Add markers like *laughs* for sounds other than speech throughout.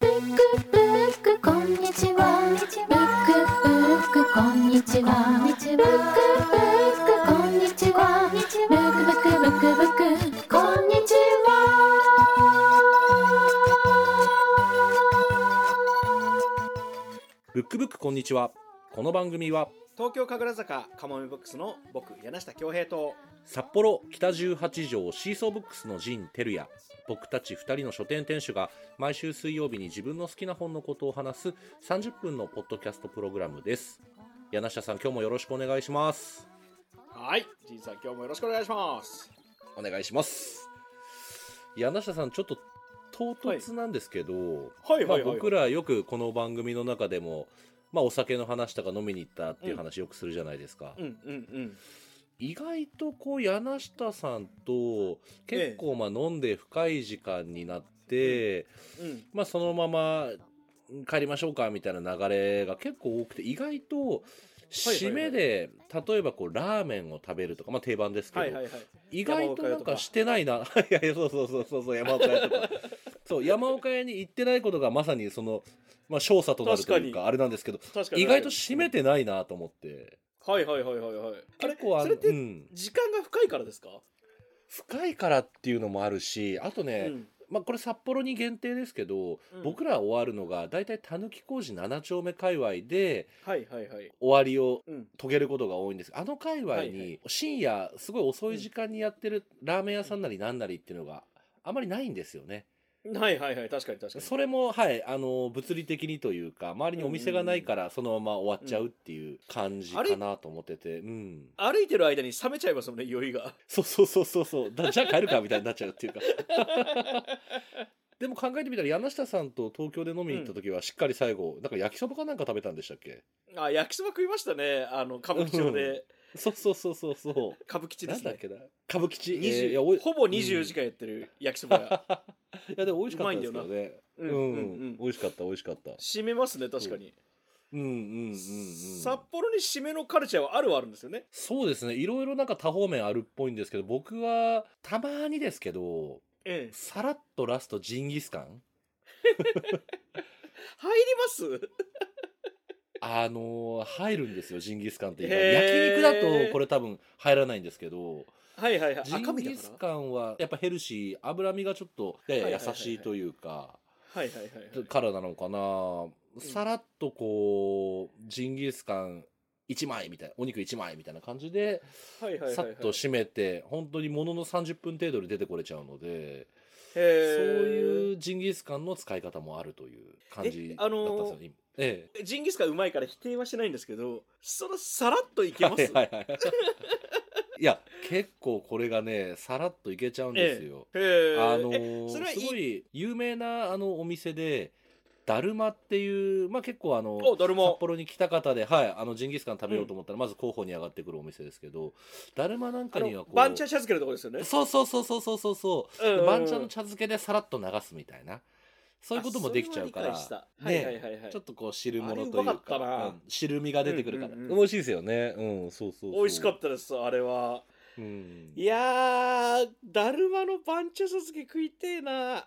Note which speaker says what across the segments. Speaker 1: ブックブックこんにちはブックブックこんにちはブックブックこんにちはブックブックブックブックこんにちは
Speaker 2: ブックブックこんにちは。この番組は
Speaker 3: 東京神楽坂かもめブックスの僕柳下恭平と
Speaker 2: 札幌北十八条シーソーブックスの陣照也僕たち2人の書店店主が毎週水曜日に自分の好きな本のことを話す30分のポッドキャストプログラムです柳下さん今日もよろしくお願いします
Speaker 3: はいじいさん今日もよろしくお願いします
Speaker 2: お願いします柳下さんちょっと唐突なんですけど、
Speaker 3: はい
Speaker 2: まあ、
Speaker 3: はいはい、
Speaker 2: 僕らよくこの番組の中でも、まあ、お酒の話とか飲みに行ったっていう話よくするじゃないですか、
Speaker 3: うんうんうん
Speaker 2: 意外とこう柳下さんと結構まあ飲んで深い時間になって、
Speaker 3: うん
Speaker 2: まあそのままうん帰りましょうかみたいな流れが結構多くて意外と締めで例えばこうラーメンを食べるとかまあ定番ですけど、
Speaker 3: はいはいはい
Speaker 2: 意外となんかしてない *laughs* ないやいやそうそうそうそうそう山岡屋とかそう山岡屋に行ってないことがまさにそのまあ少佐となるという
Speaker 3: 確か
Speaker 2: かあれなんですけど
Speaker 3: 確かに
Speaker 2: 意外と締めてないなと思って
Speaker 3: はいはいはいはいはいあれ
Speaker 2: 結構あの
Speaker 3: それっ
Speaker 2: う
Speaker 3: て
Speaker 2: ん
Speaker 3: 時間が深いからですか、
Speaker 2: 深いからっていうのもあるしあと
Speaker 3: う
Speaker 2: ね、
Speaker 3: ん
Speaker 2: まあ、これ札幌に限定ですけど、
Speaker 3: うん
Speaker 2: 僕ら終わるのが大体たぬき工事7丁目界隈で
Speaker 3: はいはいはい
Speaker 2: 終わりを
Speaker 3: うん
Speaker 2: 遂げることが多いんですあの界隈
Speaker 3: はいは
Speaker 2: に深夜すごい遅い時間にやってるラーメン屋さんなりなんなりっていうのがあまりないんですよね。
Speaker 3: はいはいはい確かに確かに
Speaker 2: それもはいあの物理的にというか周りにお店がないからそのまま終わっちゃうっていう感じかなと思ってて、うん、
Speaker 3: 歩いてる間に冷めちゃいますもんね酔いが
Speaker 2: そうそうそうそうそうだじゃあ帰るかみたいになっちゃうっていうかでも考えてみたら柳下さんと東京で飲みに行った時はしっかり最後なんか焼きそばかなんか食べたんでしたっけ
Speaker 3: あ焼きそば食いましたねあの歌舞伎町で
Speaker 2: そうそうそうそうそう
Speaker 3: 歌舞伎町で
Speaker 2: な
Speaker 3: す
Speaker 2: んだ
Speaker 3: ね
Speaker 2: っけな歌舞伎町
Speaker 3: 20
Speaker 2: えーいやおいい
Speaker 3: ほぼ24時間やってる焼きそば屋、
Speaker 2: やでも美味しかったですけど
Speaker 3: うまいん
Speaker 2: ね
Speaker 3: う
Speaker 2: うんん、
Speaker 3: うんうん
Speaker 2: 美味しかった美味しかった
Speaker 3: 締めますね確かに、
Speaker 2: うんうんうんうん
Speaker 3: 札幌に締めのカルチャーはあるはあるんですよね
Speaker 2: そうですねいろいろなんか多方面あるっぽいんですけど僕はたまにですけど
Speaker 3: ええ
Speaker 2: さらっとラストジンギスカン
Speaker 3: 入ります
Speaker 2: あのー入るんですよジンギスカンって今
Speaker 3: へー
Speaker 2: 焼肉だとこれ多分入らないんですけど
Speaker 3: はいはいはい
Speaker 2: ジ
Speaker 3: 赤
Speaker 2: ン
Speaker 3: 身だ
Speaker 2: ギ
Speaker 3: か
Speaker 2: ス
Speaker 3: ら
Speaker 2: カンはやっぱヘルシー脂身がちょっとや
Speaker 3: はい
Speaker 2: や
Speaker 3: はいはいは
Speaker 2: 優
Speaker 3: い
Speaker 2: しいというか
Speaker 3: はいはいはいはい
Speaker 2: からなのかなさらっとこうジンギスカン1枚みたいなお肉1枚みたいな感じで
Speaker 3: はいはいはいはい
Speaker 2: さっと締めて本当にものの30分程度で出てこれちゃうので
Speaker 3: そ
Speaker 2: そ
Speaker 3: う
Speaker 2: ういううジンギスカンの使い方もあるという感じ
Speaker 3: え
Speaker 2: だ
Speaker 3: あ
Speaker 2: ったん
Speaker 3: のー
Speaker 2: ですよね。ええ
Speaker 3: ジンギスカンうまいから否定はしないんですけどそのさらっといけます、
Speaker 2: はいはいはいいや結構これがねさらっといけちゃうんですよ、
Speaker 3: へー
Speaker 2: あの
Speaker 3: え
Speaker 2: ー
Speaker 3: それはい
Speaker 2: す
Speaker 3: い
Speaker 2: ごい有名なあのお店でだるまっていうまあ結構あの
Speaker 3: おだるま
Speaker 2: 札幌に来た方で、はい、あのジンギスカン食べようと思ったら、まず候補に上がってくるお店ですけどだるまなんか
Speaker 3: あ
Speaker 2: には
Speaker 3: の
Speaker 2: こう
Speaker 3: 番茶茶漬けのところですよね
Speaker 2: そうそうそうそうそうそうそう
Speaker 3: うんうんうん
Speaker 2: 番茶の茶漬けでさらっと流すみたいなそういうこともできちゃうから
Speaker 3: あそれは理
Speaker 2: ね
Speaker 3: 解したはいはいはいはい
Speaker 2: ちょっとこう汁物という
Speaker 3: あれうま
Speaker 2: か
Speaker 3: かったな
Speaker 2: うん汁味が出てくるから、
Speaker 3: うんうんうん
Speaker 2: 美味しいですよねうんそうそうそう
Speaker 3: 美味しかったですあれは
Speaker 2: た、うん
Speaker 3: いやーだるまの番茶茶漬け食いてえなあ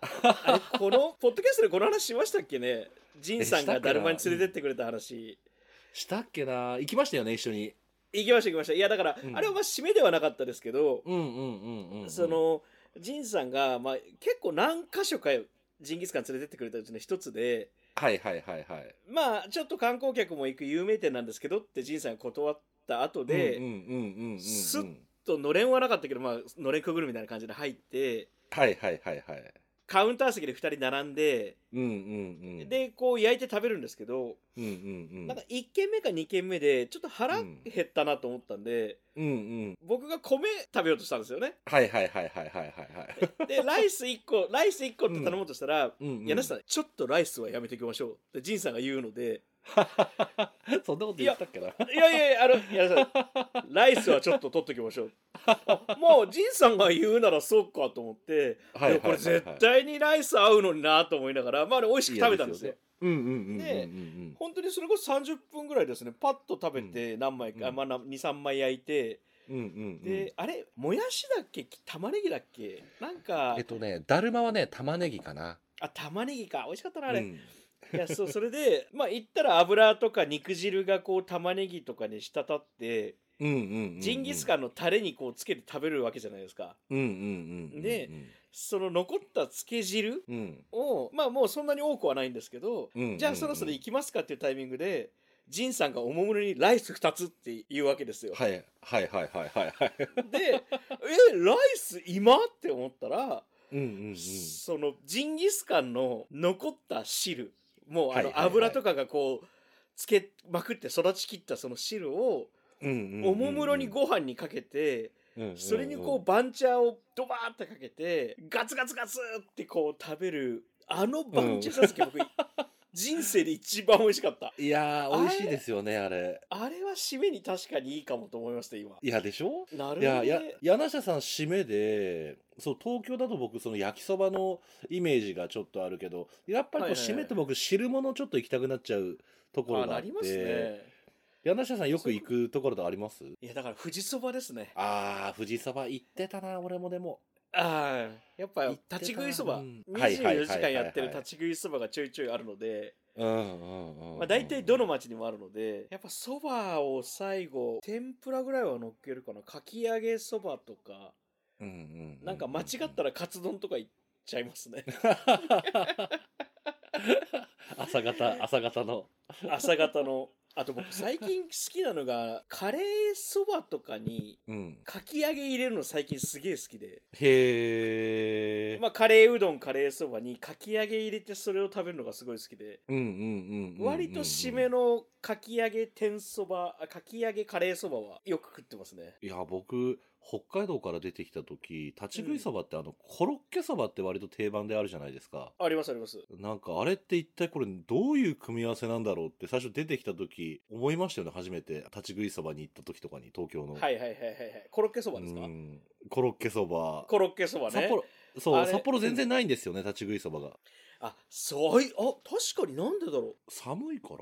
Speaker 3: れこのポッドキャストでこの話しましたっけねジンさんがだるまに連れてってくれた話
Speaker 2: したっけな行きましたよね一緒に
Speaker 3: 行きました行きましたいやだから、
Speaker 2: うん
Speaker 3: あれはまあ締めではなかったですけど、
Speaker 2: うんうんうんうんうん
Speaker 3: そのジンさんが、まあ、結構何箇所かジンギスカン連れてってくれたうちの一つで
Speaker 2: はいはいはいはい
Speaker 3: まあちょっと観光客も行く有名店なんですけどってジンさんが断った後で、
Speaker 2: うんうんうんうんうんうん
Speaker 3: スッとのれんはなかったけど、まあのれんくぐるみたいな感じで入って
Speaker 2: はいはいはいはい
Speaker 3: カウンター席で2人並んで、
Speaker 2: うんうんうん
Speaker 3: でこう焼いて食べるんですけど、
Speaker 2: うんうんうん
Speaker 3: なんか1軒目か2軒目でちょっと腹
Speaker 2: うん
Speaker 3: 減ったなと思ったんで、
Speaker 2: うんうん
Speaker 3: 僕が米食べようとしたんですよね
Speaker 2: はいはいはいはいはいはいはい
Speaker 3: でライス1個 *laughs* ライス1個って頼もうとしたら、
Speaker 2: うんうん
Speaker 3: 柳下さんちょっとライスはやめていきましょうってジンさんが言うので
Speaker 2: *laughs* そんなこと言ったっけない
Speaker 3: やいやいやあの柳下さんライスはちょっと取っときましょう *laughs* もうジンさんが言うならそうかと思って、
Speaker 2: はいはいはいはい
Speaker 3: いやこれ絶対にライス合うのになと思いながらまああれ美味しく食べたんですよ
Speaker 2: うんうんうんうんうん
Speaker 3: で
Speaker 2: うん
Speaker 3: 本当にそれこそ30分ぐらいですねパッと食べて何枚か、
Speaker 2: うん
Speaker 3: まあ、23枚焼いて
Speaker 2: うんうんうん
Speaker 3: で、あれもやしだっけ玉ねぎだっけなんか、
Speaker 2: えっとねだるまはね玉ねぎかな
Speaker 3: あ玉ねぎか美味しかったなあ
Speaker 2: う
Speaker 3: れ、
Speaker 2: ん
Speaker 3: いやそうそ
Speaker 2: *laughs*
Speaker 3: れでまあ言ったら油とか肉汁がこう玉ねぎとかに滴って
Speaker 2: うんうんうんうん
Speaker 3: ジンギスカンのタレにこうつけて食べるわけじゃないですか
Speaker 2: うんうんうんうん
Speaker 3: でその残ったつけ汁
Speaker 2: うん
Speaker 3: をまあもうそんなに多くはないんですけど、
Speaker 2: うんうん
Speaker 3: じゃあそろそろ行きますかっていうタイミングでジンさんがおもむろにライス2つって言うわけで
Speaker 2: *laughs*
Speaker 3: すよ、
Speaker 2: はいはいはいはいはいはい
Speaker 3: で「えライス今?」って思ったら
Speaker 2: うんうんうん
Speaker 3: そのジンギスカンの残った汁もう
Speaker 2: は
Speaker 3: あ
Speaker 2: いはい
Speaker 3: の
Speaker 2: はい
Speaker 3: 油とかがこうつけまくって育ちきったその汁を
Speaker 2: うんうん
Speaker 3: おもむろにご飯にかけて
Speaker 2: うんうん
Speaker 3: それにこうバンチャーをドバーってかけてガツガツガツってこう食べるあのバンチャー佐
Speaker 2: *laughs*
Speaker 3: 々木僕人生で一番美味しかった
Speaker 2: いやー美味しいですよねあれ
Speaker 3: あれは締めに確かにいいかもと思いました今
Speaker 2: いやでしょ
Speaker 3: なるほど、
Speaker 2: いや
Speaker 3: ね、
Speaker 2: や柳下さん締めでそう東京だと僕その焼きそばのイメージがちょっとあるけどやっぱりこう
Speaker 3: はいはいはい
Speaker 2: 締めって僕汁物ちょっと行きたくなっちゃうところ
Speaker 3: あ
Speaker 2: があ
Speaker 3: な
Speaker 2: っ
Speaker 3: ります
Speaker 2: て
Speaker 3: ね
Speaker 2: 柳下さんよく行くところとあります
Speaker 3: いやだから富士そばですね
Speaker 2: あー富士そば行ってたな俺もでも
Speaker 3: ああ、やっぱ
Speaker 2: 行っ
Speaker 3: 立
Speaker 2: てた
Speaker 3: ち食いそば、
Speaker 2: うんはいはいはいはいは
Speaker 3: 24
Speaker 2: い
Speaker 3: 時間やってる立ち食いそばがちょいちょいあるので、
Speaker 2: うんうんうんうん
Speaker 3: まあ、大体どの町にもあるので、やっぱそばを最後、天ぷらぐらいは乗っけるかな。かき揚げそばとか、
Speaker 2: うんうんうん
Speaker 3: なんか間違ったらカツ丼とかいっちゃいます
Speaker 2: *laughs*
Speaker 3: ね。
Speaker 2: 朝方朝方の
Speaker 3: 朝方の。あと僕最近好きなのが、カレーそばとかに、 *laughs*
Speaker 2: うん
Speaker 3: かき揚げ入れるの最近すげえ好きで。
Speaker 2: へえ、
Speaker 3: まあカレーうどん、カレーそばにかき揚げ入れてそれを食べるのがすごい好きで。
Speaker 2: うんうんうんうんうん
Speaker 3: 割と締めのかき揚げ天そばあかき揚げカレーそばはよく食ってますね
Speaker 2: いや僕北海道から出てきた時立ち食いそばって、あのコロッケそばって割と定番であるじゃないですか
Speaker 3: ありますあります
Speaker 2: なんかあれって一体これどういう組み合わせなんだろうって最初出てきた時思いましたよね初めて立ち食いそばに行った時とかに東京の
Speaker 3: はいいはいはいはいはいコロッケそばですか
Speaker 2: んコロッケそば
Speaker 3: コロッケそば
Speaker 2: 札
Speaker 3: ね
Speaker 2: 幌そ
Speaker 3: あ
Speaker 2: う
Speaker 3: れ
Speaker 2: 札幌全然ないんですよね、立ち食いそばが
Speaker 3: あそういあ確かになんでだろ
Speaker 2: 寒いから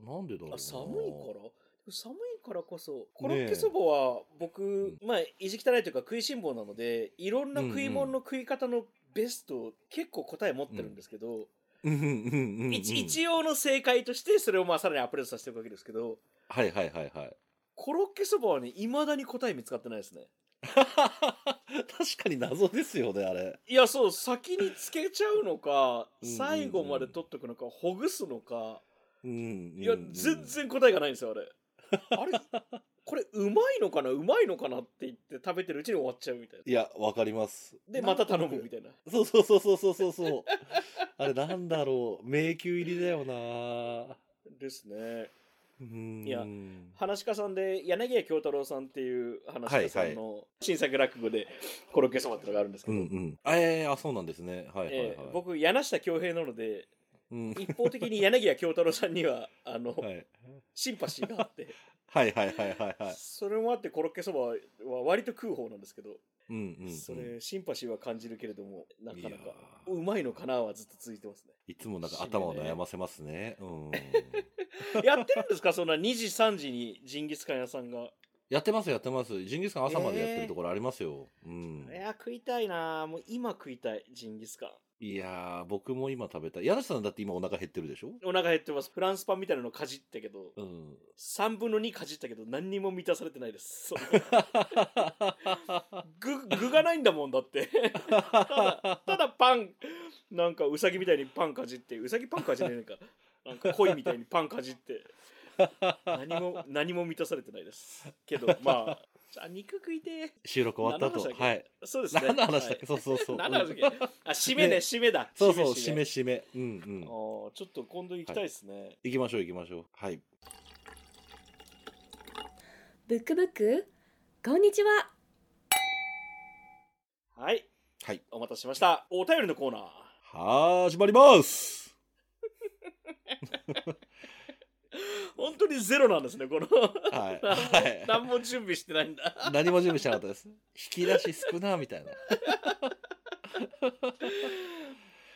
Speaker 2: なんでだろう
Speaker 3: う
Speaker 2: な
Speaker 3: あ寒いから寒いからこそコロッケそばは僕、まあ意地汚いというか食いしん坊なのでいろんな食い物の食い方のベスト、結構答え持ってるんですけど、
Speaker 2: うんうんうんうんうん
Speaker 3: 一一応の正解としてそれをまあさらにアップデートさせてるわけですけど
Speaker 2: はいはいはいはい
Speaker 3: *laughs* コロッケそばはねいまだに答え見つかってないですね
Speaker 2: 確かに謎ですよねあれ
Speaker 3: いやそう先につけちゃうのか
Speaker 2: うんうん
Speaker 3: 最後まで取っとくのかほぐすのか
Speaker 2: うん
Speaker 3: いや
Speaker 2: うんうん
Speaker 3: 全然答えがないんですよ *laughs* あれあれこれうまいのかなうまいのかなって言って食べてるうちに終わっちゃうみたい
Speaker 2: いやわかります
Speaker 3: なでまた頼む
Speaker 2: なん
Speaker 3: みたいな
Speaker 2: そうそうそうそうそうそうそうあれなんだろう迷宮入りだよな
Speaker 3: ですね
Speaker 2: うーん
Speaker 3: いや話し家さんで柳家京太郎さんっていう話し家さんの新作落語でコロッケそばってのがあるんですけ
Speaker 2: う
Speaker 3: ど、
Speaker 2: んうんあえー、あそうなんですねはいはいはい、
Speaker 3: えー僕柳下恭平なので
Speaker 2: うん
Speaker 3: 一方的に柳家京太郎さんにはあの、
Speaker 2: はい、
Speaker 3: シンパシーがあって
Speaker 2: はいはいはいはいはい
Speaker 3: それもあってコロッケそばは割と食う方なんですけど、
Speaker 2: うんうん、うん、
Speaker 3: それシンパシーは感じるけれどもなか
Speaker 2: い
Speaker 3: な
Speaker 2: や
Speaker 3: かうまいのかなはずっと続いてます
Speaker 2: いつもなんか頭を悩ませますねうん
Speaker 3: ね *laughs* やってるんですかそんな2時3時にジンギスカン屋さんが
Speaker 2: やってますやってますジンギスカン朝までやってるところありますよ、うん
Speaker 3: いや食いたいなもう今食いたいジンギスカン
Speaker 2: いやー僕も今食べたい柳下さんだって今お腹減ってるでしょ
Speaker 3: お腹減ってますフランスパンみたいなのかじったけど
Speaker 2: うん
Speaker 3: 3分の2かじったけど何にも満たされてな
Speaker 2: *laughs*
Speaker 3: いですその具具がないんだもんだって *laughs* ただパンなんかウサギみたいにパンかじってウサギパンかじれないかなんか鯉みたいにパンかじって何も何も満たされてないですけどまああ肉食いてえ
Speaker 2: 収録終わった後
Speaker 3: 何の話だっけ
Speaker 2: はい
Speaker 3: そうですね
Speaker 2: 何の話だっ
Speaker 3: はい
Speaker 2: け、そうそうそう
Speaker 3: 何の話だっけあ締めね
Speaker 2: ね
Speaker 3: 締めだ
Speaker 2: *laughs* そうそう、しめしめ。うんうん
Speaker 3: あ。ーちょっと今度行きたいですね、
Speaker 2: 行きましょう行きましょう。はい。
Speaker 4: ブックブックこんにちは
Speaker 3: はい。
Speaker 2: はい。
Speaker 3: お待たせしました。お便りのコーナー。
Speaker 2: 始まります
Speaker 3: 本当にゼロなんですね、この。
Speaker 2: はい。
Speaker 3: 何も
Speaker 2: は
Speaker 3: *laughs* 何も準備してないんだ。
Speaker 2: い。何も準備してなかったです。引き出し少な、みたいな。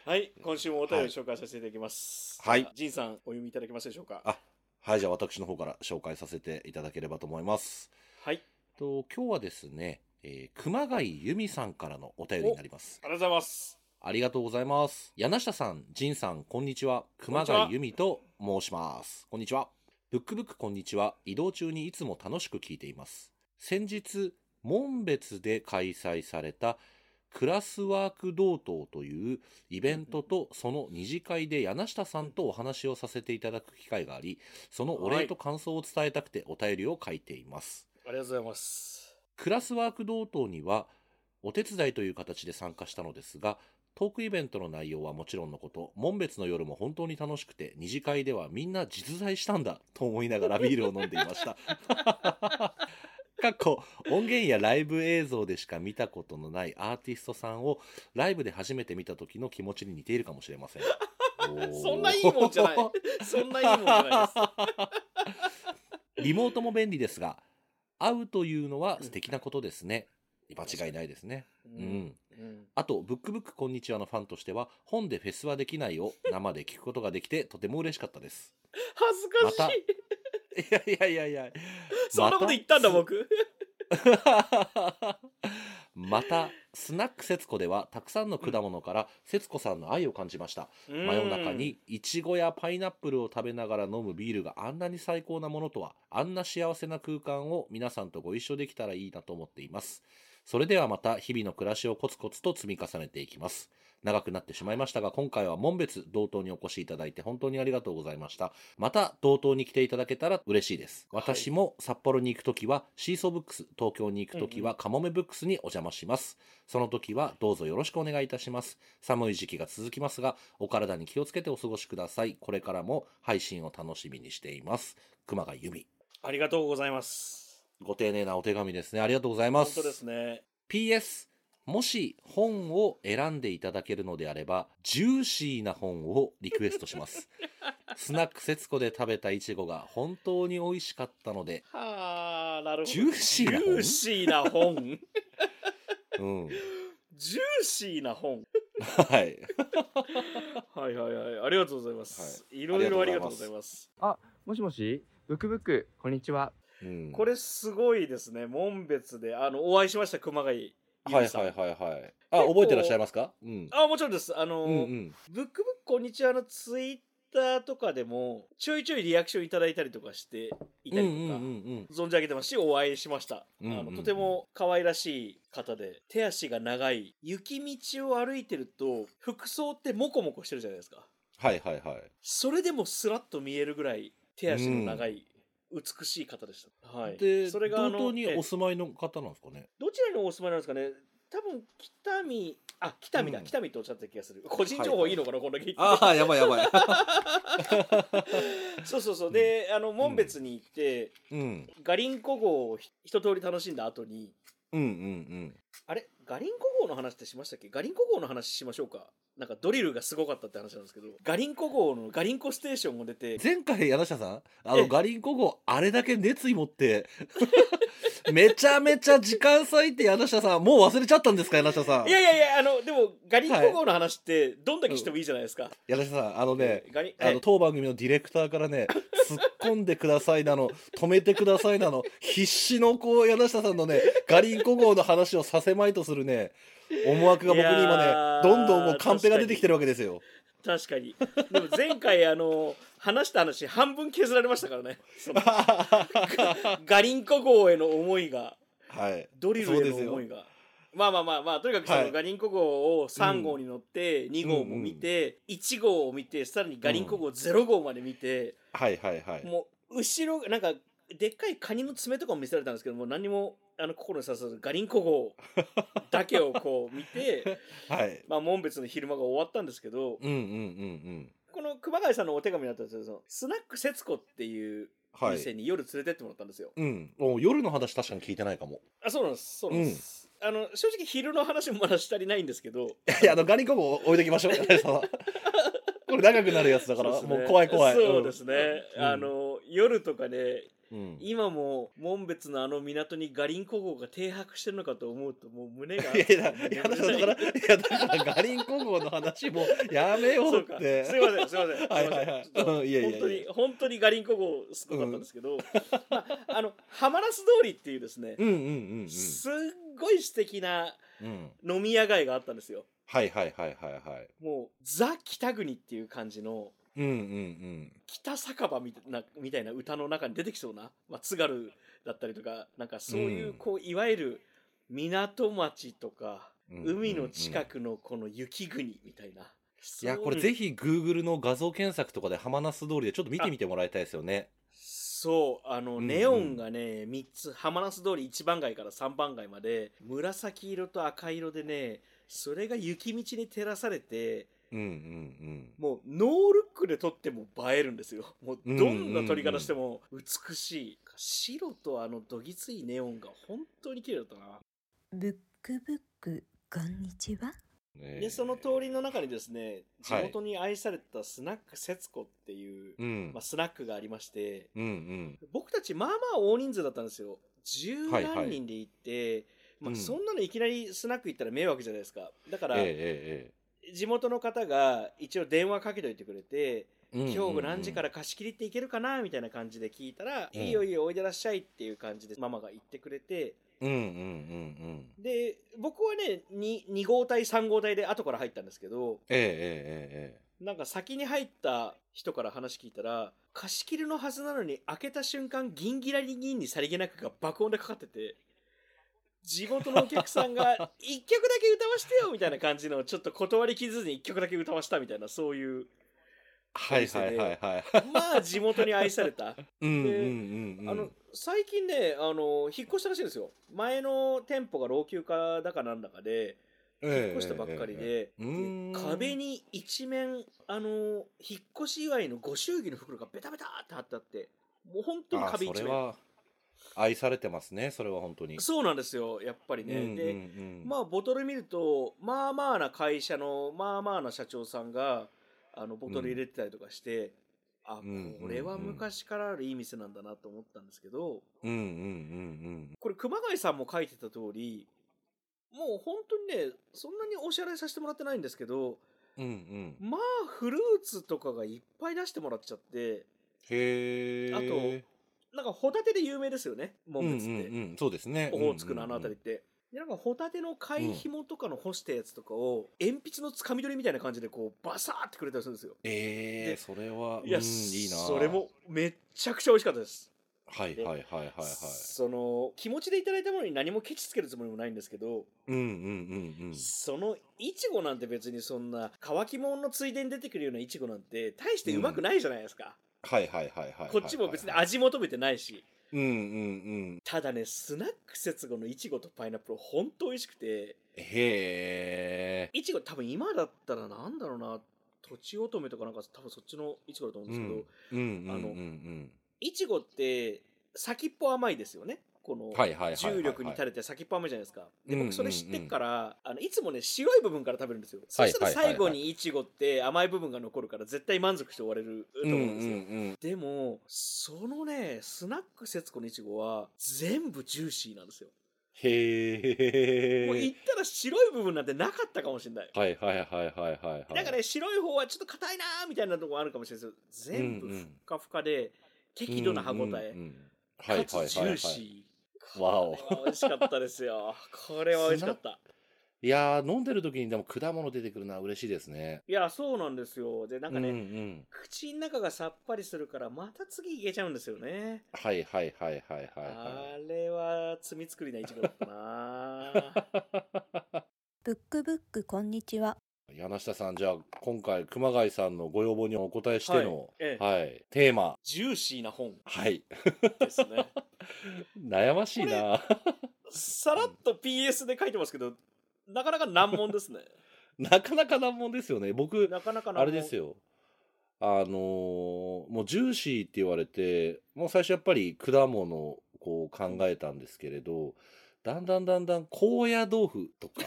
Speaker 3: はい。今週もお便り紹介させていただきます。
Speaker 2: はい
Speaker 3: じゃあ。ジンさん、お読みいただけますでしょうか。
Speaker 2: あはい、じゃあ私の方から紹介させていただければと思います。
Speaker 3: はい。
Speaker 2: と今日はですね、えー熊谷由美さんからのお便りになります。
Speaker 3: ありがとうございます。
Speaker 2: ありがとうございます。柳下さん、仁さん、こんにちは。熊
Speaker 3: こんにちは
Speaker 2: 谷由美と申します。こんにちは。ブックブックこんにちは。移動中にいつも楽しく聞いています。先日、門別で開催されたクラスワーク同等というイベントとその二次会で柳下さんとお話をさせていただく機会があり、そのお礼と感想を伝えたくてお便りを書いています。
Speaker 3: ありがとうございます
Speaker 2: クラスワーク同等にはお手伝いという形で参加したのですがトークイベントの内容はもちろんのこと門別の夜も本当に楽しくて二次会ではみんな実在したんだと思いながらビールを飲んでいました
Speaker 3: *laughs*
Speaker 2: かっこ音源やライブ映像でしか見たことのないアーティストさんをライブで初めて見た時の気持ちに似ているかもしれ
Speaker 3: *laughs*
Speaker 2: ません
Speaker 3: そんないいもんじゃない
Speaker 2: おー
Speaker 3: そんないいもんじゃないで
Speaker 2: *laughs*
Speaker 3: す
Speaker 2: リモートも便利ですが会うというのは素敵なことですね間違いないですねう
Speaker 3: *laughs* うんん、うん
Speaker 2: あと、ブックブックこんにちはのファンとしては、本でフェスはできないを生で聞くことができて、とても嬉しかったです。
Speaker 3: 恥ずかしい、
Speaker 2: またいやいやいやい *laughs* や。
Speaker 3: そんなこと言ったんだ
Speaker 2: もん。
Speaker 3: 僕
Speaker 2: *laughs* また、スナック節子では、たくさんの果物から節子さんの愛を感じました。真夜中にいちごやパイナップルを食べながら飲むビールがあんなに最高なものとはあんな幸せな空間を皆さんとご一緒できたらいいなと思っていますそれではまた日々の暮らしをコツコツと積み重ねていきます長くなってしまいましたが今回は門別同等にお越しいただいて本当にありがとうございましたまた同等に来ていただけたら嬉しいです
Speaker 3: はい
Speaker 2: 私も札幌に行くときはシーソーブックス東京に行くとき
Speaker 3: うんう
Speaker 2: はカモメブックスにお邪魔しますその時はどうぞよろしくお願いいたします寒い時期が続きますがお体に気をつけてお過ごしくださいこれからも配信を楽しみにしています熊谷由美
Speaker 3: ありがとうございます
Speaker 2: ご丁寧なお手紙ですねありがとうございま
Speaker 3: 本
Speaker 2: す
Speaker 3: 当ですね
Speaker 2: PS もし本を選んでいただけるのであればジューシーな本をリクエストします
Speaker 3: *laughs*
Speaker 2: スナック節子で食べたいちごが本当に美味しかったので
Speaker 3: はあなるほど
Speaker 2: ジューシーな
Speaker 3: ジューシーな本
Speaker 2: 本うん
Speaker 3: ジューシーな本 *laughs*
Speaker 2: はい
Speaker 3: はいはいはいありがとうございます、い、ろいろあ
Speaker 2: あ
Speaker 3: り
Speaker 2: り
Speaker 3: が
Speaker 2: が
Speaker 3: と
Speaker 2: と
Speaker 3: う
Speaker 2: う
Speaker 3: ご
Speaker 2: ご
Speaker 3: ざ
Speaker 2: ざい
Speaker 3: います
Speaker 5: もしもし、ブクブク、こんにちは。
Speaker 2: うん
Speaker 3: これすごいですね門別であのお会いしました熊谷由
Speaker 2: は
Speaker 3: 美
Speaker 2: い
Speaker 3: さん
Speaker 2: はいはいはいあ覚えてらっしゃいますかうん
Speaker 3: あもちろんですあの、
Speaker 2: うんうん
Speaker 3: ブックブックこんにちはのツイッターとかでもちょいちょいリアクションいただいたりとかしてい
Speaker 2: うんうん
Speaker 3: たりとか、
Speaker 2: うんうん
Speaker 3: 存じ上げてますしお会いしました、
Speaker 2: うんうんうん
Speaker 3: あのとても可愛らしい方で手足が長い雪道を歩いてると服装ってモコモコしてるじゃないですか
Speaker 2: はいはいはい
Speaker 3: それでもスラッと見えるぐらい手足の長い、美しい方でした、はい、
Speaker 2: で、
Speaker 3: それがあ
Speaker 2: 同等
Speaker 3: の
Speaker 2: に
Speaker 3: え
Speaker 2: お住まいの方なんですかね。
Speaker 3: *laughs* どちらにお住まいなんですかね多分北見あ北見だ、
Speaker 2: うん
Speaker 3: 北見とおっしゃってた気がする個人情報いいのかな、こんだけ言って
Speaker 2: あ、やばいやばい。
Speaker 3: *laughs* そうそうそうであの門別に行って、
Speaker 2: *laughs* うん、
Speaker 3: ガリンコ号をひ一通り楽しんだ後に
Speaker 2: うん、うん、うん。
Speaker 3: あれガリンコ号の話ってしましたっけガリンコ号の話しましょうかなんかドリルがすごかったって話なんですけどガリンコ号のガリンコステーションも出て
Speaker 2: 前回柳下さん、あ
Speaker 3: ええ
Speaker 2: のガリンコ号、あれだけ熱意持って。 *laughs* めちゃめちゃ時間割いて、柳下さん、もう忘れちゃったんですか、柳下さん
Speaker 3: い。やいやいやあのでもガリンコ号の話ってどんだけしてもいいじゃないですか、
Speaker 2: 柳下さん、あのね。
Speaker 3: ガリン
Speaker 2: あ
Speaker 3: え
Speaker 2: の当番組のディレクターからね「突っ込んでください」なの「止めてください」なの必死のこう柳下さんのねガリンコ号の話をさせまいとするね思惑が僕に今
Speaker 3: い
Speaker 2: ね
Speaker 3: やー
Speaker 2: どんどんもうカンペが出てきてるわけですよ。
Speaker 3: 確かにでも前回あの話した話半分削られましたからねそのガリンコ号への思いが
Speaker 2: *laughs* はい、
Speaker 3: ドリル
Speaker 2: そう
Speaker 3: へ
Speaker 2: で
Speaker 3: の
Speaker 2: すよ
Speaker 3: 思いが。まあまあまあまあとにかくそ
Speaker 2: は
Speaker 3: の
Speaker 2: い
Speaker 3: ガリンコ号を3号に乗って2号も見て1号を見てさらにガリンコ号0号まで見て
Speaker 2: はいはいはい
Speaker 3: もう後ろなんかでっかいカニの爪とかも見せられたんですけどもう何にもあの心に刺さずガリンコ号だけをこう見
Speaker 2: *laughs*
Speaker 3: て
Speaker 2: はい。
Speaker 3: まあ門別の昼間が終わったんですけど
Speaker 2: うんうんうんうん。
Speaker 3: この熊谷さんのお手紙だったんですけどそのスナック節子っていう
Speaker 2: はい。
Speaker 3: 店に夜連れてってもらったんですよ。
Speaker 2: うん。もう夜の話確かに聞いてないか
Speaker 3: *laughs*
Speaker 2: も。
Speaker 3: あそうなんですそうなんです。あの正直昼の話もまだしたりないんですけど
Speaker 2: いや、あの、ガリコも置いときましょう。柳
Speaker 3: *laughs*
Speaker 2: 沢さんこれ長くなるやつだから、
Speaker 3: そうですね
Speaker 2: もう怖い怖い。
Speaker 3: そうですね、
Speaker 2: うん
Speaker 3: あの夜とかね
Speaker 2: うん。うんい
Speaker 3: 今も門別のあの港にガリンコ号が停泊してるのかと思うともう胸が
Speaker 2: や *laughs* いや、いやだから、いや、だから、ガリンコ号の話もやめよ
Speaker 3: そううか
Speaker 2: っ
Speaker 3: すいませ
Speaker 2: て。
Speaker 3: んすいませんすいません
Speaker 2: *laughs* はいはいはい
Speaker 3: ちょっと
Speaker 2: うんいやいやいや
Speaker 3: 本当に本当にガリンコ号すごかったんですけ *laughs* ど、まああのハマラス通りっていうですね、
Speaker 2: うんうんうんうん。
Speaker 3: すっごい素敵な
Speaker 2: うん。
Speaker 3: 飲み屋街があったんですよ
Speaker 2: はいはいはいはいはい。
Speaker 3: もうザ・北国っていう感じの
Speaker 2: うんうんうん。
Speaker 3: 北酒場みたいなみたいな歌の中に出てきそうな、まあ、津軽だったりとかなんかそういううんこう、いわゆる港町とか
Speaker 2: うん
Speaker 3: 海の近
Speaker 2: うんうん
Speaker 3: くのこの雪国みたいな、
Speaker 2: いや、これぜひ Google の画像検索とかで浜那須通りでちょっと見てみてもらいたいですよね。
Speaker 3: そうあ
Speaker 2: う
Speaker 3: の
Speaker 2: んうん
Speaker 3: ネオンがね3つ浜那須通り1番街から3番街まで紫色と赤色でねそれが雪道に照らされて
Speaker 2: うんうん
Speaker 3: もうノールックで撮っても映えるんですよもうどんな撮り方しても美しい、白とあのどぎついネオンが本当に綺麗だったな、
Speaker 4: ブックブックこんにちは
Speaker 2: うん。ねえ
Speaker 3: でその通りの中にですね地
Speaker 2: はい
Speaker 3: 元に愛されたスナック節子っていう、
Speaker 2: うん
Speaker 3: まあ、。スナックがありまして
Speaker 2: うんうん。
Speaker 3: 僕たちまあまあ大人数だったんですよ十
Speaker 2: はいはい
Speaker 3: 何人で行って、ま
Speaker 2: うん
Speaker 3: あ、そんなのいきなりスナック行ったら迷惑じゃないですかだから、
Speaker 2: ええ
Speaker 3: 地元の方が一応電話かけといてくれて
Speaker 2: ええええ。
Speaker 3: 今日何時からら貸し切りっていけるかなみたいな感じで聞いたら、
Speaker 2: うん
Speaker 3: いいよいいよおいでらっしゃいっていう感じでママが言ってくれて
Speaker 2: うんうんうんうん。
Speaker 3: で僕はね 2, 2号隊3号隊で後から入ったんですけど
Speaker 2: ええええええ。
Speaker 3: なんか先に入った人から話聞いたら貸し切りのはずなのに開けた瞬間ギンギラリギンにさりげなくが爆音でかかってて地元のお客さ
Speaker 2: *laughs*
Speaker 3: んが1曲だけ歌わしてよみたいな感じのちょっと断りきずに1曲だけ歌わしたみたいなそういう
Speaker 2: はいはいはいはい。
Speaker 3: まあ地元に愛された
Speaker 2: うんうんうんうん。
Speaker 3: あの最近ねあの引っ越したらしいんですよ前の店舗が老朽化だかなんだかで
Speaker 2: ええ、
Speaker 3: 引っ越したばっかり
Speaker 2: ええ。ええ
Speaker 3: で、
Speaker 2: うーん
Speaker 3: で壁に一面あの引っ越し祝いのご祝儀の袋がベタベタって貼ってあってもう本当に
Speaker 2: あ
Speaker 3: 壁
Speaker 2: そ
Speaker 3: 一
Speaker 2: れ
Speaker 3: 面
Speaker 2: は愛されてますね。それは本当に。
Speaker 3: そうなんですよやっぱりね、で
Speaker 2: ん
Speaker 3: まあボトル見るとまあまあな会社のまあまあな社長さんがあのボトル入れてたりとかして、あ
Speaker 2: うん
Speaker 3: これは昔からあるいい店なんだなと思ったんですけど、
Speaker 2: うんうんうん
Speaker 3: これ熊谷さんも書いてた通りもう本当にねそんなにおしゃれさせてもらってないんですけど
Speaker 2: うんうんうんうん
Speaker 3: まあフルーツとかがいっぱい出してもらっちゃって
Speaker 2: へえ
Speaker 3: あとなんかホタテで有名ですよね
Speaker 2: う
Speaker 3: 紋
Speaker 2: んうん
Speaker 3: 別って、
Speaker 2: うんそうですね
Speaker 3: オホーツクのあの辺りって、でなんかホタテの貝紐とかの干したやつとかを、鉛筆のつかみ取りみたいな感じでこうバサーってくれたりするんですよ
Speaker 2: ええ
Speaker 3: で
Speaker 2: それは
Speaker 3: いうや
Speaker 2: んいいな
Speaker 3: それもめっちゃくちゃ美味しかったです
Speaker 2: はいはいはいはいはい
Speaker 3: その気持ちでいただいたものに何もケチつけるつもりもないんですけど
Speaker 2: うんうんうんうん
Speaker 3: そのいちごなんて別にそんな乾き物のついでに出てくるようないちごなんて大してうまくないじゃないですか、
Speaker 2: はいはいはいはいはい
Speaker 3: こっちも別に味求めてないし
Speaker 2: うんうんうん
Speaker 3: ただねスナック節後のいちごとパイナップルほんと美味しくて
Speaker 2: へえ
Speaker 3: いちご多分今だったらなんだろうなとちおとめとかなんか多分そっちのいちごだと思うんですけど、
Speaker 2: うんうんうん
Speaker 3: あの
Speaker 2: うん
Speaker 3: いちごって先っぽ甘いですよねこの、
Speaker 2: うんはいはいはいはいはい
Speaker 3: 重力に垂れて先っぽ甘いじゃないですか。で、
Speaker 2: うんうんうん
Speaker 3: 僕それ知ってっから、あのいつもね、白い部分から食べるんですよ。そ
Speaker 2: はい
Speaker 3: したら最後
Speaker 2: はいはい
Speaker 3: にイチゴって甘い部分が残るから絶対満足して終われると
Speaker 2: うんう
Speaker 3: 思うんですよ。
Speaker 2: ん
Speaker 3: でも、そのね、スナック節子のイチゴは全部ジューシーなんですよ。
Speaker 2: へえ
Speaker 3: もう言ったら白い部分なんてなかったかもしれない。
Speaker 2: はいはいはいはいはいはい
Speaker 3: だからね、白い方はちょっと硬いなーみたいなところあるかもしれないですよ。全部
Speaker 2: うんうん
Speaker 3: ふっかふかで、適度な歯応
Speaker 2: う
Speaker 3: え。
Speaker 2: んうんうんは
Speaker 3: か
Speaker 2: いはい
Speaker 3: つ
Speaker 2: はい
Speaker 3: ジュ
Speaker 2: は
Speaker 3: ー
Speaker 2: い
Speaker 3: シー。
Speaker 2: わお
Speaker 3: これは美味しかったですよ。これは美味しかった。
Speaker 2: いやー飲んでる時にでも果物出てくるのは嬉しいですね。
Speaker 3: いや、そうなんですよ。で、なんかね、
Speaker 2: うんうん、
Speaker 3: 口の中がさっぱりするから、また次いけちゃうんですよね。
Speaker 2: はいはいはいはいはい、は。
Speaker 3: あれは、罪作りな一部だったな
Speaker 4: ブックブックこんにちはい
Speaker 2: 柳下さんじゃあ今回熊谷さんのご要望にお答えしての
Speaker 3: はい、ええ
Speaker 2: はいテーマ
Speaker 3: ジューシーな本
Speaker 2: はい
Speaker 3: ですね。
Speaker 2: 悩ましいな
Speaker 3: さらっと PS で書いてますけど、なかなか難問ですね。
Speaker 2: *laughs* なかなか難問ですよね僕
Speaker 3: なかなか難問。
Speaker 2: あれです
Speaker 3: よ。
Speaker 2: よあのーもうジューシーって言われてもう最初やっぱり果物をこう考えたんですけれどだんだんだんだん高野豆腐と
Speaker 3: *laughs*
Speaker 2: か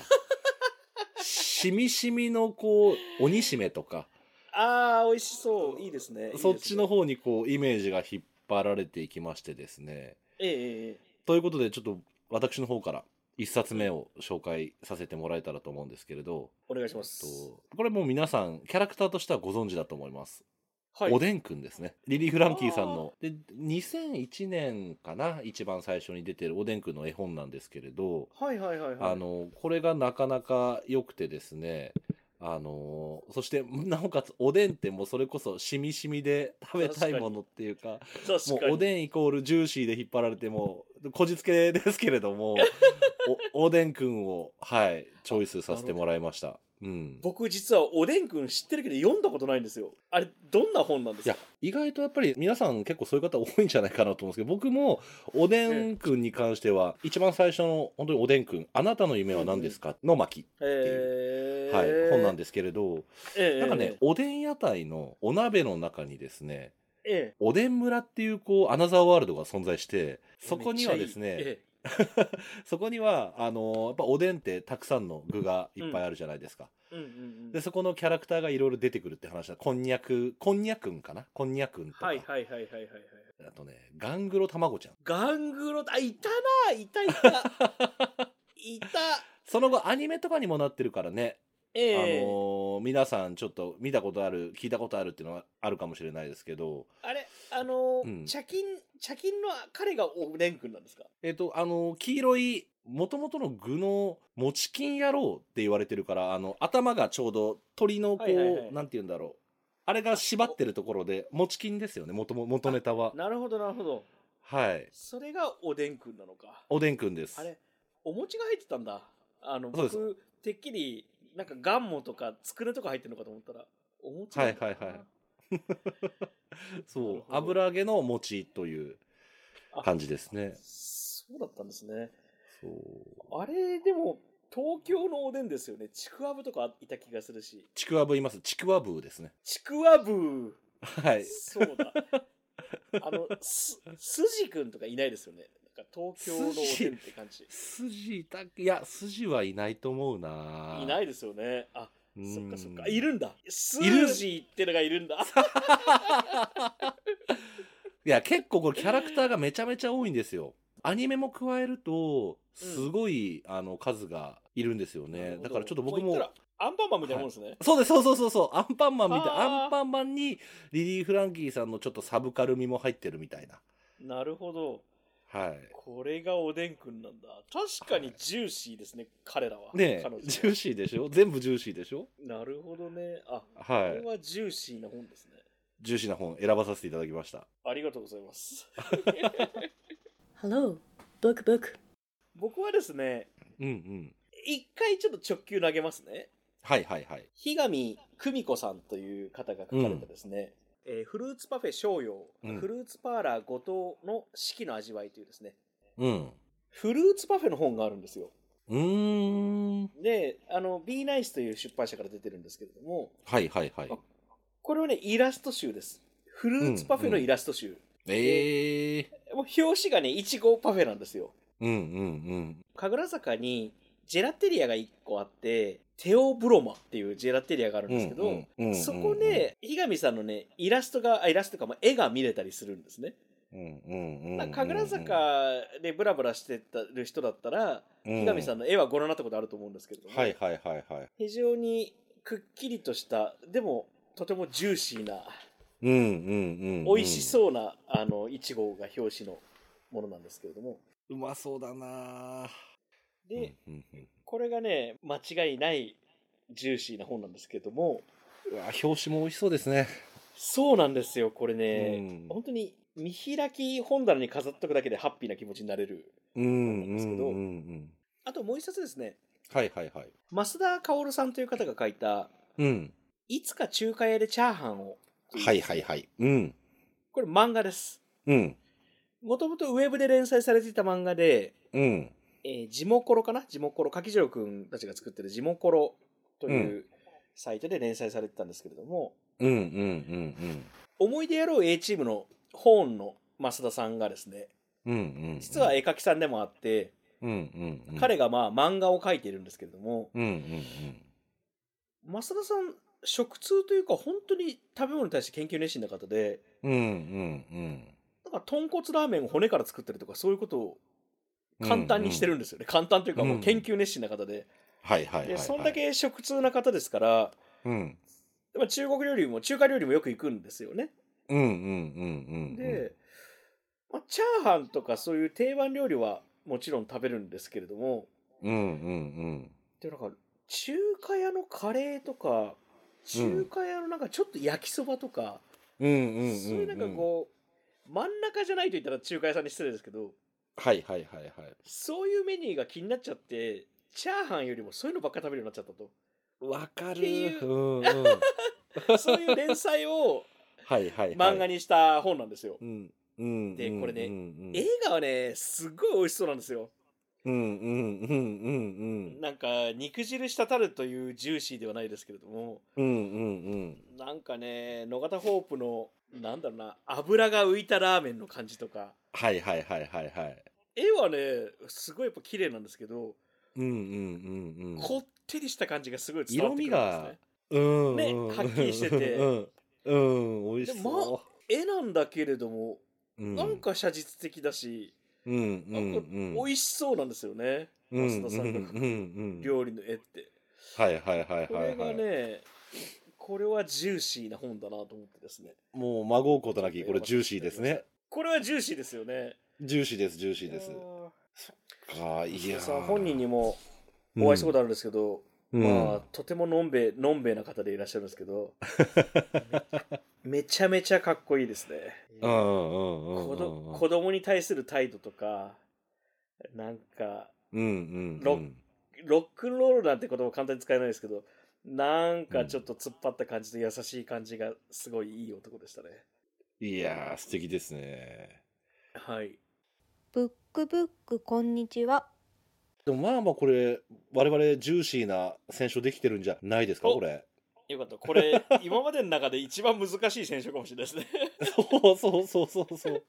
Speaker 2: しみしみのこう鬼しめとか
Speaker 3: ああ、美味しそう。いいですね。いいですね
Speaker 2: そっちの。方にこうイメージが引っ張られていきましてですね。
Speaker 3: ええええええ
Speaker 2: ということでちょっと私の方から1冊目を紹介させてもらえたらと思うんですけれど、
Speaker 3: お願い
Speaker 2: え
Speaker 3: し
Speaker 2: っ
Speaker 3: ます。
Speaker 2: と、これもう皆さんキャラクターとしてはご存知だと思います。
Speaker 3: はい
Speaker 2: おでんくんですねリリー・フランキーさんので2001年かな一番最初に出てるおでんくんの絵本なんですけれど
Speaker 3: はいはいはいはい
Speaker 2: あのこれがなかなか良くてですねあのそしてなおかつおでんってもうそれこそしみしみで食べたいものっていうか
Speaker 3: 確か
Speaker 2: も
Speaker 3: に
Speaker 2: うおでんイコールジューシーで引っ張られてもうこじつけですけれど *laughs* もおおでんくんをはいチョイスさせてもらいました。うん、
Speaker 3: 僕実はおでんくん知ってるけど読んだことないんですよあれどんな本なんで
Speaker 2: い
Speaker 3: す
Speaker 2: や
Speaker 3: か
Speaker 2: 意外とやっぱり皆さん結構そういう方多いんじゃないかなと思うんですけど僕もおでんくんに関しては一番最初の本当におでんくんあなたの夢は何ですかの巻、
Speaker 3: えー、
Speaker 2: はい、本なんですけれど
Speaker 3: ええ
Speaker 2: なんかねおでん屋台のお鍋の中にですね
Speaker 3: ええ
Speaker 2: おでん村っていうこうアナザーワールドが存在してそこにはですね
Speaker 3: めっちゃいいえ
Speaker 2: そこにはあのやっぱおでんってたくさんの具がいっぱいあるじゃないですか、
Speaker 3: えうんうんう
Speaker 2: で
Speaker 3: ん
Speaker 2: そこのキャラクターがいろいろ出てくるって話だこんにゃくこんにゃくんかなこんにゃくんとか、
Speaker 3: はいはいはいはいはいはい
Speaker 2: あとねガングロ卵ちゃん
Speaker 3: ガングロあいたないたいたいた
Speaker 2: その後アニメとかにもなってるからね、
Speaker 3: ええ
Speaker 2: あのー皆さんちょっと見たことある聞いたことあるっていうのはあるかもしれないですけど
Speaker 3: あれあのー
Speaker 2: うん
Speaker 3: 茶金茶金の彼がおでんくんなんですか
Speaker 2: えっ、とあのー黄色い元々の具の餅金野郎って言われてるからあの頭がちょうど鳥のこう、
Speaker 3: はいはいはい
Speaker 2: なんて言うんだろうあれが縛ってるところで餅金ですよね元も元ネタは
Speaker 3: なるほどなるほど
Speaker 2: はい
Speaker 3: それがおでんくんなのか
Speaker 2: おでんくんです
Speaker 3: あれお餅が入ってたんだあの
Speaker 2: そうです
Speaker 3: 僕てっきりなんかガンモとかつくねとか入ってるのかと思ったらお餅なんだ
Speaker 2: はいはいはい
Speaker 3: な
Speaker 2: そ
Speaker 3: る
Speaker 2: う
Speaker 3: ほど
Speaker 2: 油揚げの餅という
Speaker 3: あ
Speaker 2: 感じですね
Speaker 3: そうだったんですね
Speaker 2: そう
Speaker 3: あれでも東京のおでんですよねちくわぶとかいた気がするし
Speaker 2: ちくわぶいますちくわぶですね
Speaker 3: ちくわぶ
Speaker 2: はい
Speaker 3: そうだ *laughs* あのすすじくんとかいないですよねなんか東京のおでんって感じ
Speaker 2: 筋だいや筋はいないと思うないい
Speaker 3: ないいですよねあそっかそっかいるんだス
Speaker 2: いる
Speaker 3: ージーってのがいるんだ
Speaker 2: いや結構これキャラクターがめちゃめちゃ多いんですよアニメも加えるとすごい、あの数がいるんですよ
Speaker 3: なる
Speaker 2: ね
Speaker 3: ほど
Speaker 2: だからちょっと僕
Speaker 3: う
Speaker 2: も
Speaker 3: 言ったらアンパンマンみたいなもんですね、
Speaker 2: そうですそうそうそうそうアンパンマンみたい
Speaker 3: あー
Speaker 2: アンパンマンにリリー・フランキーさんのちょっとサブカル味も入ってるみたいな
Speaker 3: なるほど
Speaker 2: はい
Speaker 3: これがおでんくんなんだ確かにジューシーですね、彼らは
Speaker 2: ねえ
Speaker 3: 彼女は
Speaker 2: ジューシーでしょ全部ジューシーでしょ
Speaker 3: なるほどねあこ
Speaker 2: は
Speaker 3: れ
Speaker 2: い
Speaker 3: はジューシーな本ですね
Speaker 2: ジューシーな本選ばさせていただきました
Speaker 3: ありがとうございます *laughs*
Speaker 4: Hello, book book.
Speaker 3: 僕はですね
Speaker 2: うんうん
Speaker 3: 一回ちょっと直球投げますね
Speaker 2: はいはいはい
Speaker 3: 日上久美子さんという方が書かれたですね、えーフルーツパフェ商用、
Speaker 2: うん
Speaker 3: フルーツパーラー後藤の四季の味わいというですね
Speaker 2: うん
Speaker 3: フルーツパフェの本があるんですよ
Speaker 2: うーん
Speaker 3: であの B ナイスという出版社から出てるんですけれども
Speaker 2: はいはいはい
Speaker 3: あこれはねイラスト集ですフルーツパフェのイラスト集、
Speaker 2: ええ
Speaker 3: もう表紙がねいちごパフェなんですよ
Speaker 2: うんうん
Speaker 3: 神楽坂にジェラテリアが1個あってテオブロマっていうジェラテリアがあるん
Speaker 2: うん。
Speaker 3: ですけど、
Speaker 2: うんうん
Speaker 3: そこ、で、ひがみさんのね、イラストが、あイラストか、まあ、絵が見れたりするんですね。
Speaker 2: うんうんうんうん
Speaker 3: まあ神楽坂でブラブラしてたる人だったら、ひがみさん
Speaker 2: の、
Speaker 3: の絵はご覧になったことあると思うんですけれども、
Speaker 2: はいはいはいはい。
Speaker 3: 非常にくっきりとした、でも、とてもジューシーな、
Speaker 2: うんうんうん、
Speaker 3: 美味しそうな、あの、いちごが表紙のものなんですけれども。
Speaker 2: うん。うまそうだなぁ
Speaker 3: で、
Speaker 2: うんうんうん
Speaker 3: これがね、間違いないジューシーな本なんですけれども、
Speaker 2: うわ表紙も美味しそうですね。
Speaker 3: そうなんですよ、これね、
Speaker 2: うん
Speaker 3: 本当に見開き本棚に飾っとくだけでハッピーな気持ちになれる。
Speaker 2: うん
Speaker 3: なんですけど
Speaker 2: うんうんうん。
Speaker 3: あともう一冊ですね、
Speaker 2: はいはいはい。
Speaker 3: 増田薫さんという方が書いた、
Speaker 2: うん。
Speaker 3: いつか中華屋でチャーハンを。
Speaker 2: はいはいはい。うん。
Speaker 3: これ漫画です。
Speaker 2: うん。
Speaker 3: もともとウェブで連載されていた漫画で、
Speaker 2: うん。
Speaker 3: えー、ジモコロかなジモコロ、柿次郎くんたちが作ってるジモコロといううサイトで連載されてたんですけれども、
Speaker 2: うんうんうん
Speaker 3: 思い出やろう A チームのホーンの増田さんがですね、
Speaker 2: うん。うんうん。
Speaker 3: 実は絵描きさんでもあって、
Speaker 2: うんうんうん。
Speaker 3: 彼がまあ漫画を描いているんですけれども、
Speaker 2: うんうんうん。
Speaker 3: 増田さん食通というか本当に食べ物に対して研究熱心な方で
Speaker 2: うんうんうん。
Speaker 3: なんか豚骨ラーメンを骨から作ったりとかそういうことを簡単にしてるんですよね、簡単というかもう研究熱心な方で,、
Speaker 2: はいはいはい、はい。
Speaker 3: でそんだけ食通な方ですから
Speaker 2: うん。
Speaker 3: まあ、中国料理も中華料理もよく行くんですよね。
Speaker 2: うんうんうんうんうん。
Speaker 3: で、まあ、チャーハンとかそういう定番料理はもちろん食べるんですけれども
Speaker 2: うんうん
Speaker 3: でもなんか中華屋のカレーとか中華屋のなんかちょっと焼きそばとか、
Speaker 2: うん。うんうんうん、うん。
Speaker 3: そういうなんかこう真ん中じゃないと言ったら中華屋さんに失礼ですけど
Speaker 2: はいはいはいはい。
Speaker 3: そういうメニューが気になっちゃってチャーハンよりもそういうのばっか食べるようになっちゃったと
Speaker 2: わか
Speaker 3: ってい
Speaker 2: る。
Speaker 3: う
Speaker 2: うんうん。 *laughs*
Speaker 3: そういう連載を
Speaker 2: はいはい、はい。
Speaker 3: 漫画にした本なんですよ。
Speaker 2: うん。うん。
Speaker 3: でこれね
Speaker 2: うんうん、
Speaker 3: 映画はねすっごい美味しそうなんですよ。
Speaker 2: うんうんうんうんうん。
Speaker 3: なんか肉汁滴るというジューシーではないですけれども
Speaker 2: うんうんうん。
Speaker 3: なんかね野方ホープのなんだろうな油が浮いたラーメンの感じとか
Speaker 2: はいはいはいはいはい。
Speaker 3: 絵はねすごいやっぱ綺麗なんですけど、
Speaker 2: うんうんうんうん。
Speaker 3: こってりした感じがすごい伝わってくるんですね
Speaker 2: うんうん
Speaker 3: ねはっきりしてて
Speaker 2: うん。うん、美味し
Speaker 3: で
Speaker 2: そ
Speaker 3: 絵なんだけれども
Speaker 2: う。うん
Speaker 3: なん、か写実的だし、
Speaker 2: うんう
Speaker 3: なん
Speaker 2: ん
Speaker 3: か
Speaker 2: うん。
Speaker 3: 美味しそうなんですよね、
Speaker 2: うん
Speaker 3: 増田さん
Speaker 2: うんう
Speaker 3: の
Speaker 2: んうん。
Speaker 3: 料理の絵って
Speaker 2: はいはいはい
Speaker 3: こ
Speaker 2: はい
Speaker 3: れ
Speaker 2: は
Speaker 3: が
Speaker 2: い。
Speaker 3: ねこれはジューシーな本だなと思ってですね
Speaker 2: もう孫うことなきこれジューシーですね。
Speaker 3: これはジューシーですよね
Speaker 2: ジューシーですジューシーです
Speaker 3: いや。ー
Speaker 2: かいやー
Speaker 3: さん本人にもお会いしたことあるんですけど、
Speaker 2: うん
Speaker 3: まあとてものんべいのんべいな方でいらっしゃるんですけどめちゃめちゃかっこいいですね、
Speaker 2: うんうんうんうんうん
Speaker 3: 子ど子供に対する態度とかなんか
Speaker 2: うんうんうん
Speaker 3: ロッロックンロールなんて言葉簡単に使えないですけどなんかちょっと突っ張った感じと優しい感じがすごいいい男でしたね、
Speaker 2: いやー素敵ですね
Speaker 3: はい
Speaker 4: ブックブックこんにちは
Speaker 2: でもまあまあこれ我々ジューシーな選書できてるんじゃないですか
Speaker 3: お
Speaker 2: これ *laughs*
Speaker 3: よかったこ *laughs* れ今までの中で一番難しい選手かもしれないですね
Speaker 2: そうそうそうそう *laughs* そう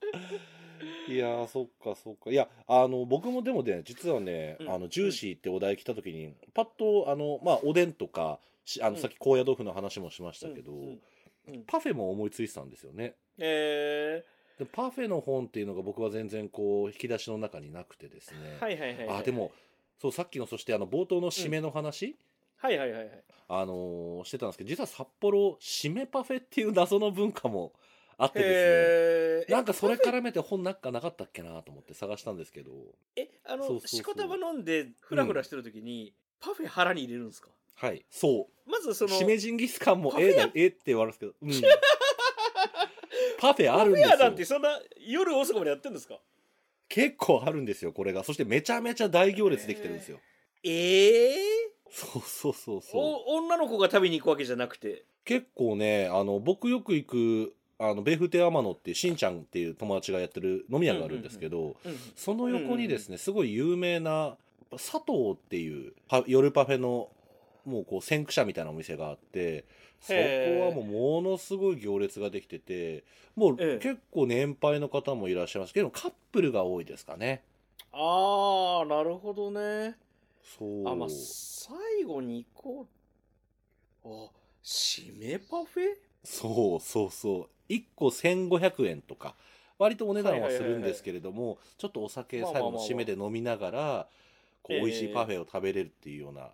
Speaker 2: いやーそっかそっかいやあの僕もでもね実はね、
Speaker 3: うん
Speaker 2: あのジューシーってお題来た時にパッとあのまあおでんとかしあの、
Speaker 3: うん
Speaker 2: さっき高野豆腐の話もしましたけど、
Speaker 3: うんうんうん
Speaker 2: パフェも思いついてたんですよね
Speaker 3: え
Speaker 2: でパフェの本っていうのが僕は全然こう引き出しの中になくてですね、
Speaker 3: ー、はいはいはい、はい、
Speaker 2: あでもそうさっきのそしてあの冒頭の締めの話、
Speaker 3: はいはいはいはい
Speaker 2: あのーしてたんですけど実は札幌締めパフェっていう謎の文化もあってですね
Speaker 3: へー
Speaker 2: なんかそれ
Speaker 3: えパ
Speaker 2: 絡めて本なんかなかったっけなと思って探したんですけど
Speaker 3: フェえ
Speaker 2: そ
Speaker 3: あ
Speaker 2: うそう
Speaker 3: の
Speaker 2: そう
Speaker 3: しこたま飲んでフラフラしてる時に、パフェ腹に入れるんですか
Speaker 2: はいそ
Speaker 3: まず
Speaker 2: う
Speaker 3: その
Speaker 2: 締めジンギスカンも
Speaker 3: パフェ
Speaker 2: ええ
Speaker 3: 屋
Speaker 2: だええって言われるんです
Speaker 3: *laughs*
Speaker 2: けど、うんパフェあるんで
Speaker 3: パフェ屋なんて
Speaker 2: すよ
Speaker 3: そんな夜遅くまでやってんですか
Speaker 2: 結構あるんですよこれがそしてめちゃめちゃ大行列できてるんですよ、
Speaker 3: ええ
Speaker 2: そうそうそうそう
Speaker 3: お女の子が食べに行くわけじゃなくて
Speaker 2: 結構ねあの僕よく行くあのベフテアマノっていうしんちゃんっていう友達がやってる飲み屋があるんですけど、
Speaker 3: うん
Speaker 2: その横にですね、すごい有名な佐藤っていうパ夜パフェのもうこう先駆者みたいなお店があってそこ
Speaker 3: へー
Speaker 2: はもうものすごい行列ができててもう
Speaker 3: ええ
Speaker 2: 結構年配の方もいらっしゃいますけどカップルが多いですかね
Speaker 3: ああなるほどね
Speaker 2: そう
Speaker 3: あまあ最後に行こうあ締めパフェ
Speaker 2: そうそうそう1個1500円とか割とお値段はするんですけれどもちょっとお酒
Speaker 3: まあ
Speaker 2: 最
Speaker 3: ま
Speaker 2: 後
Speaker 3: あまあま
Speaker 2: の
Speaker 3: あ
Speaker 2: 締めで飲みながらこう
Speaker 3: ええ
Speaker 2: 美味しいパフェを食べれるっていうような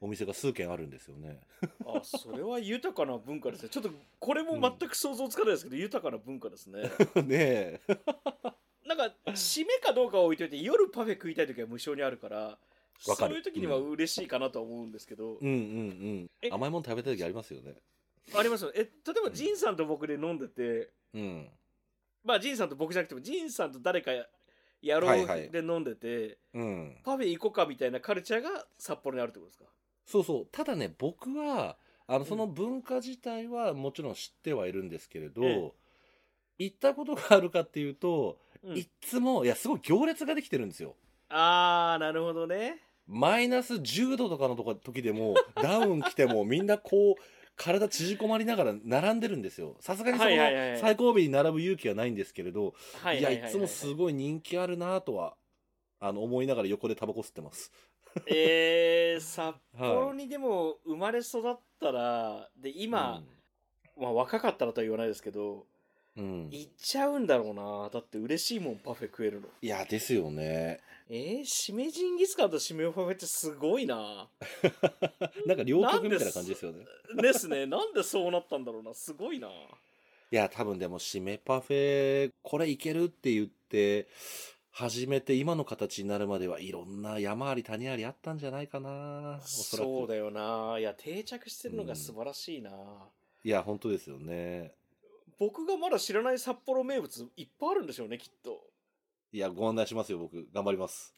Speaker 2: お店が数軒あるんですよね。
Speaker 3: あそれは豊かな文化です
Speaker 2: *laughs*
Speaker 3: ねちょっとこれも全く想像つかないですけど、豊かな文化ですね
Speaker 2: *laughs* ね
Speaker 3: *laughs*
Speaker 2: え
Speaker 3: なんか締めかどうかは置いといて夜パフェ食いたい時は無償にあるから
Speaker 2: わか
Speaker 3: そう
Speaker 2: る
Speaker 3: いう時には嬉しいかなとは思うんですけど、
Speaker 2: うんうんう
Speaker 3: え
Speaker 2: ん。甘いもの食べたい時ありますよね。
Speaker 3: ありますよねえ例えばジンさんと僕で飲んでて
Speaker 2: うん。
Speaker 3: まあジンさんと僕じゃなくてもジンさんと誰かやろ
Speaker 2: はいはいう
Speaker 3: で飲んでて、
Speaker 2: うん。
Speaker 3: パフェ行こうかみたいなカルチャーが札幌にあるってことですか
Speaker 2: そうそう。ただね、僕は、あの、
Speaker 3: ん
Speaker 2: その文化自体はもちろん知ってはいるんですけれど、
Speaker 3: ええ
Speaker 2: 行ったことがあるかっていうと、
Speaker 3: うん
Speaker 2: いっつも、いや、すごい行列ができてるんですよ。
Speaker 3: あーなるほどね
Speaker 2: マイナス10度とかのとこ時で
Speaker 3: *laughs*
Speaker 2: も、ダウン来ても、みんなこう、体縮こまりながら並んでるんですよ。さすがにその
Speaker 3: はいはいはいはい
Speaker 2: 最後尾に並ぶ勇気はないんですけれど、
Speaker 3: はいい
Speaker 2: や、
Speaker 3: はいはい
Speaker 2: いつもすごい人気あるなとは、あの、思いながら横でタバコ吸ってます。
Speaker 3: えー、札
Speaker 2: は
Speaker 3: 幌
Speaker 2: い
Speaker 3: にでも生まれ育ったらで今、まあ、若かったらとは言わないですけど
Speaker 2: うん、うん
Speaker 3: 行っちゃうんだろうなだって嬉しいもんパフェ食えるの
Speaker 2: いやですよね。
Speaker 3: えー、しめジンギスカンとしめパフェってすごいな
Speaker 2: なんか両極みたいな感じですよね
Speaker 3: です
Speaker 2: *laughs*
Speaker 3: ねなんでそうなったんだろうなすごいない
Speaker 2: や多分でも締めパフェこれいけるって言って始めて今の形になるまではいろんな山あり谷ありあったんじゃないかなおそらく
Speaker 3: そうだよないや定着してるのが素晴らしいな、
Speaker 2: いや本当ですよね
Speaker 3: 僕がまだ知らない札幌名物いっぱいあるんでしょうねきっと
Speaker 2: いやご案内しますよ僕頑張ります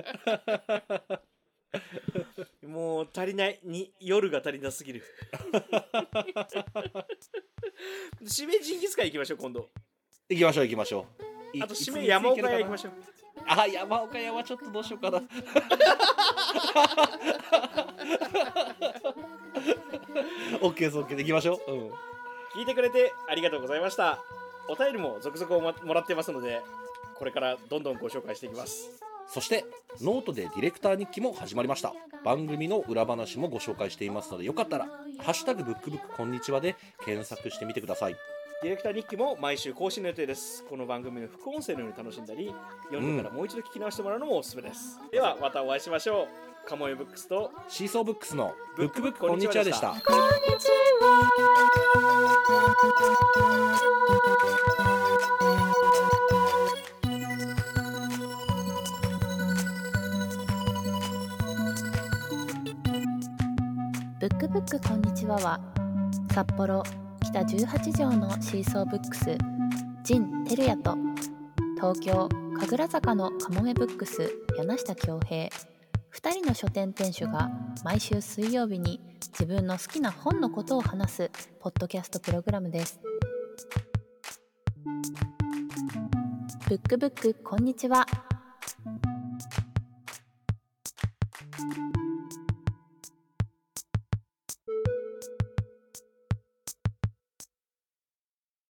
Speaker 2: *laughs*
Speaker 3: もう足りないに夜が足りなす
Speaker 2: *laughs*
Speaker 3: ぎる締めジンギスカン行きましょう今度
Speaker 2: 行きましょう行きましょうい
Speaker 3: あと締
Speaker 2: いつ
Speaker 3: め
Speaker 2: に
Speaker 3: 山岡
Speaker 2: つ
Speaker 3: 屋
Speaker 2: い
Speaker 3: 行
Speaker 2: けるかな
Speaker 3: きましょう
Speaker 2: あ山岡屋はちょっとどうしようかな *laughs* オッケーですオッケーで行きましょう、うん、
Speaker 3: 聞いてくれてありがとうございましたお便りも続々おまもらってますのでこれからどんどんご紹介していきます
Speaker 2: そしてノートでディレクター日記も始まりました番組の裏話もご紹介していますのでよかったら「ハッシュタグブックブックこんにちは」で検索してみてください
Speaker 3: ディレクター日記も毎週更新の予定ですこの番組の副音声のように楽しんだり読んでからもう一度聞き直してもらうのもおすすめです、ではまたお会いしましょうカモエブックスと
Speaker 2: シーソーブックスの「ブックブックこんにちは」でした
Speaker 1: こんにちはブックブックこんにちはは札幌北十八条のシーソーブックスジン・テルヤと東京神楽坂のカモメブックス柳下恭平2人の書店店主が毎週水曜日に自分の好きな本のことを話すポッドキャストプログラムです。ブックブックこんにちは。